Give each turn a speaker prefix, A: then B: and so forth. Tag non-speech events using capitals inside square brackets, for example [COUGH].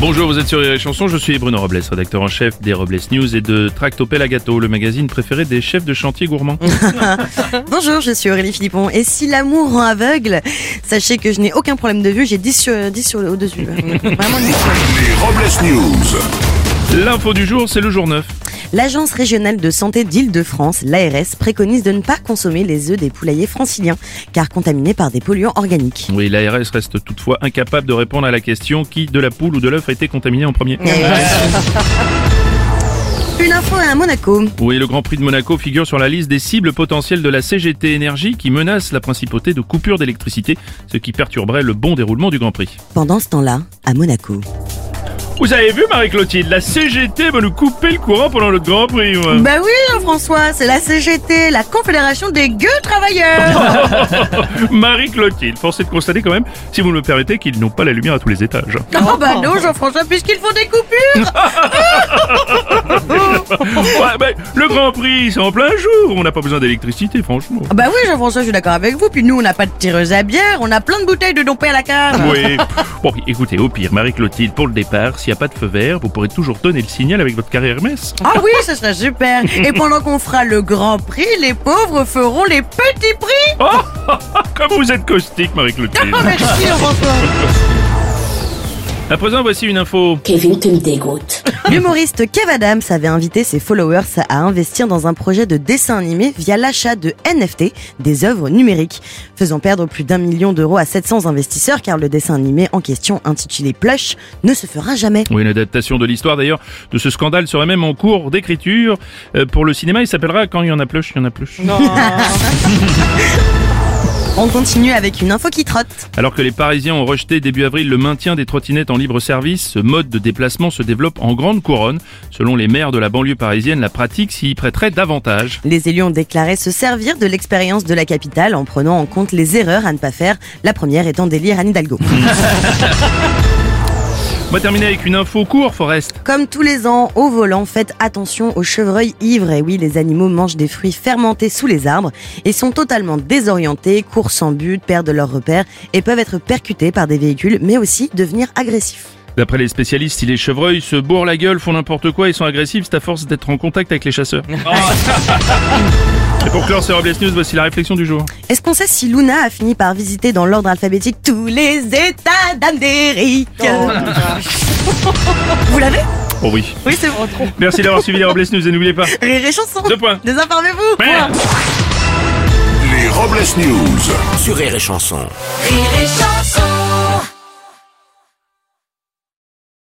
A: Bonjour, vous êtes sur les chansons, je suis Bruno Robles, rédacteur en chef des Robles News et de Tractopel à gâteau, le magazine préféré des chefs de chantier gourmands.
B: Bonjour, je suis Aurélie Philippon. Et si l'amour rend aveugle, sachez que je n'ai aucun problème de vue, j'ai 10 sur, 10 sur le au-dessus. Vraiment 10 sur-
C: Les Robles News.
A: L'info du jour, c'est le jour 9.
B: L'Agence régionale de santé d'Île-de-France, l'ARS, préconise de ne pas consommer les œufs des poulaillers franciliens, car contaminés par des polluants organiques.
A: Oui, l'ARS reste toutefois incapable de répondre à la question qui de la poule ou de l'œuf a été contaminé en premier.
B: Une info à Monaco.
A: Oui, le Grand Prix de Monaco figure sur la liste des cibles potentielles de la CGT Énergie qui menace la principauté de coupures d'électricité, ce qui perturberait le bon déroulement du Grand Prix.
B: Pendant ce temps-là, à Monaco.
A: Vous avez vu, Marie-Clotilde, la CGT va nous couper le courant pendant notre Grand Prix. moi.
B: Bah oui, Jean-François, c'est la CGT, la Confédération des gueux travailleurs.
A: Marie-Clotilde, force est de constater quand même, si vous me le permettez, qu'ils n'ont pas la lumière à tous les étages. [LAUGHS]
B: Oh bah non, Jean-François, puisqu'ils font des coupures.
A: Ouais, ben, le Grand Prix, c'est en plein jour, on n'a pas besoin d'électricité, franchement.
B: Ah Bah oui, Jean-François, je suis d'accord avec vous. Puis nous, on n'a pas de tireuse à bière, on a plein de bouteilles de dompé à la cave.
A: Oui. Bon, écoutez, au pire, Marie-Clotilde, pour le départ, s'il n'y a pas de feu vert, vous pourrez toujours donner le signal avec votre carré Hermès.
B: Ah oui, ce serait super. Et pendant qu'on fera le grand prix, les pauvres feront les petits prix.
A: Oh, [LAUGHS] comme vous êtes caustique, Marie-Clotilde.
B: Oh, merci, Jean-François.
A: À présent, voici une info.
D: Kevin, tu me dégoûtes.
B: L'humoriste Kev Adams avait invité ses followers à investir dans un projet de dessin animé via l'achat de NFT, des œuvres numériques, faisant perdre plus d'un million d'euros à 700 investisseurs car le dessin animé en question intitulé Plush ne se fera jamais.
A: Oui, une adaptation de l'histoire, d'ailleurs, de ce scandale serait même en cours d'écriture. Euh, pour le cinéma, il s'appellera Quand il y en a pluche, il y en a pluche.
B: On continue avec une info qui trotte.
A: Alors que les Parisiens ont rejeté début avril le maintien des trottinettes en libre service, ce mode de déplacement se développe en grande couronne. Selon les maires de la banlieue parisienne, la pratique s'y prêterait davantage.
B: Les élus ont déclaré se servir de l'expérience de la capitale en prenant en compte les erreurs à ne pas faire, la première étant d'élire Anne Hidalgo.
A: On va terminer avec une info court, Forest.
B: Comme tous les ans, au volant, faites attention aux chevreuils ivres. Et oui, les animaux mangent des fruits fermentés sous les arbres et sont totalement désorientés, courent sans but, perdent leurs repères et peuvent être percutés par des véhicules, mais aussi devenir agressifs.
A: D'après les spécialistes, si les chevreuils se bourrent la gueule, font n'importe quoi et sont agressifs, c'est à force d'être en contact avec les chasseurs. [LAUGHS] Et pour clore ce Robles News, voici la réflexion du jour.
B: Est-ce qu'on sait si Luna a fini par visiter dans l'ordre alphabétique tous les états d'Amérique Vous l'avez
A: Oh oui.
B: Oui, c'est bon.
A: Merci d'avoir suivi les Robles News et n'oubliez pas.
B: Rire et chanson.
A: Deux points.
B: Désinformez-vous.
A: Merde.
C: Les Robles News.
E: Sur Rire et Chanson.
F: Rire et chanson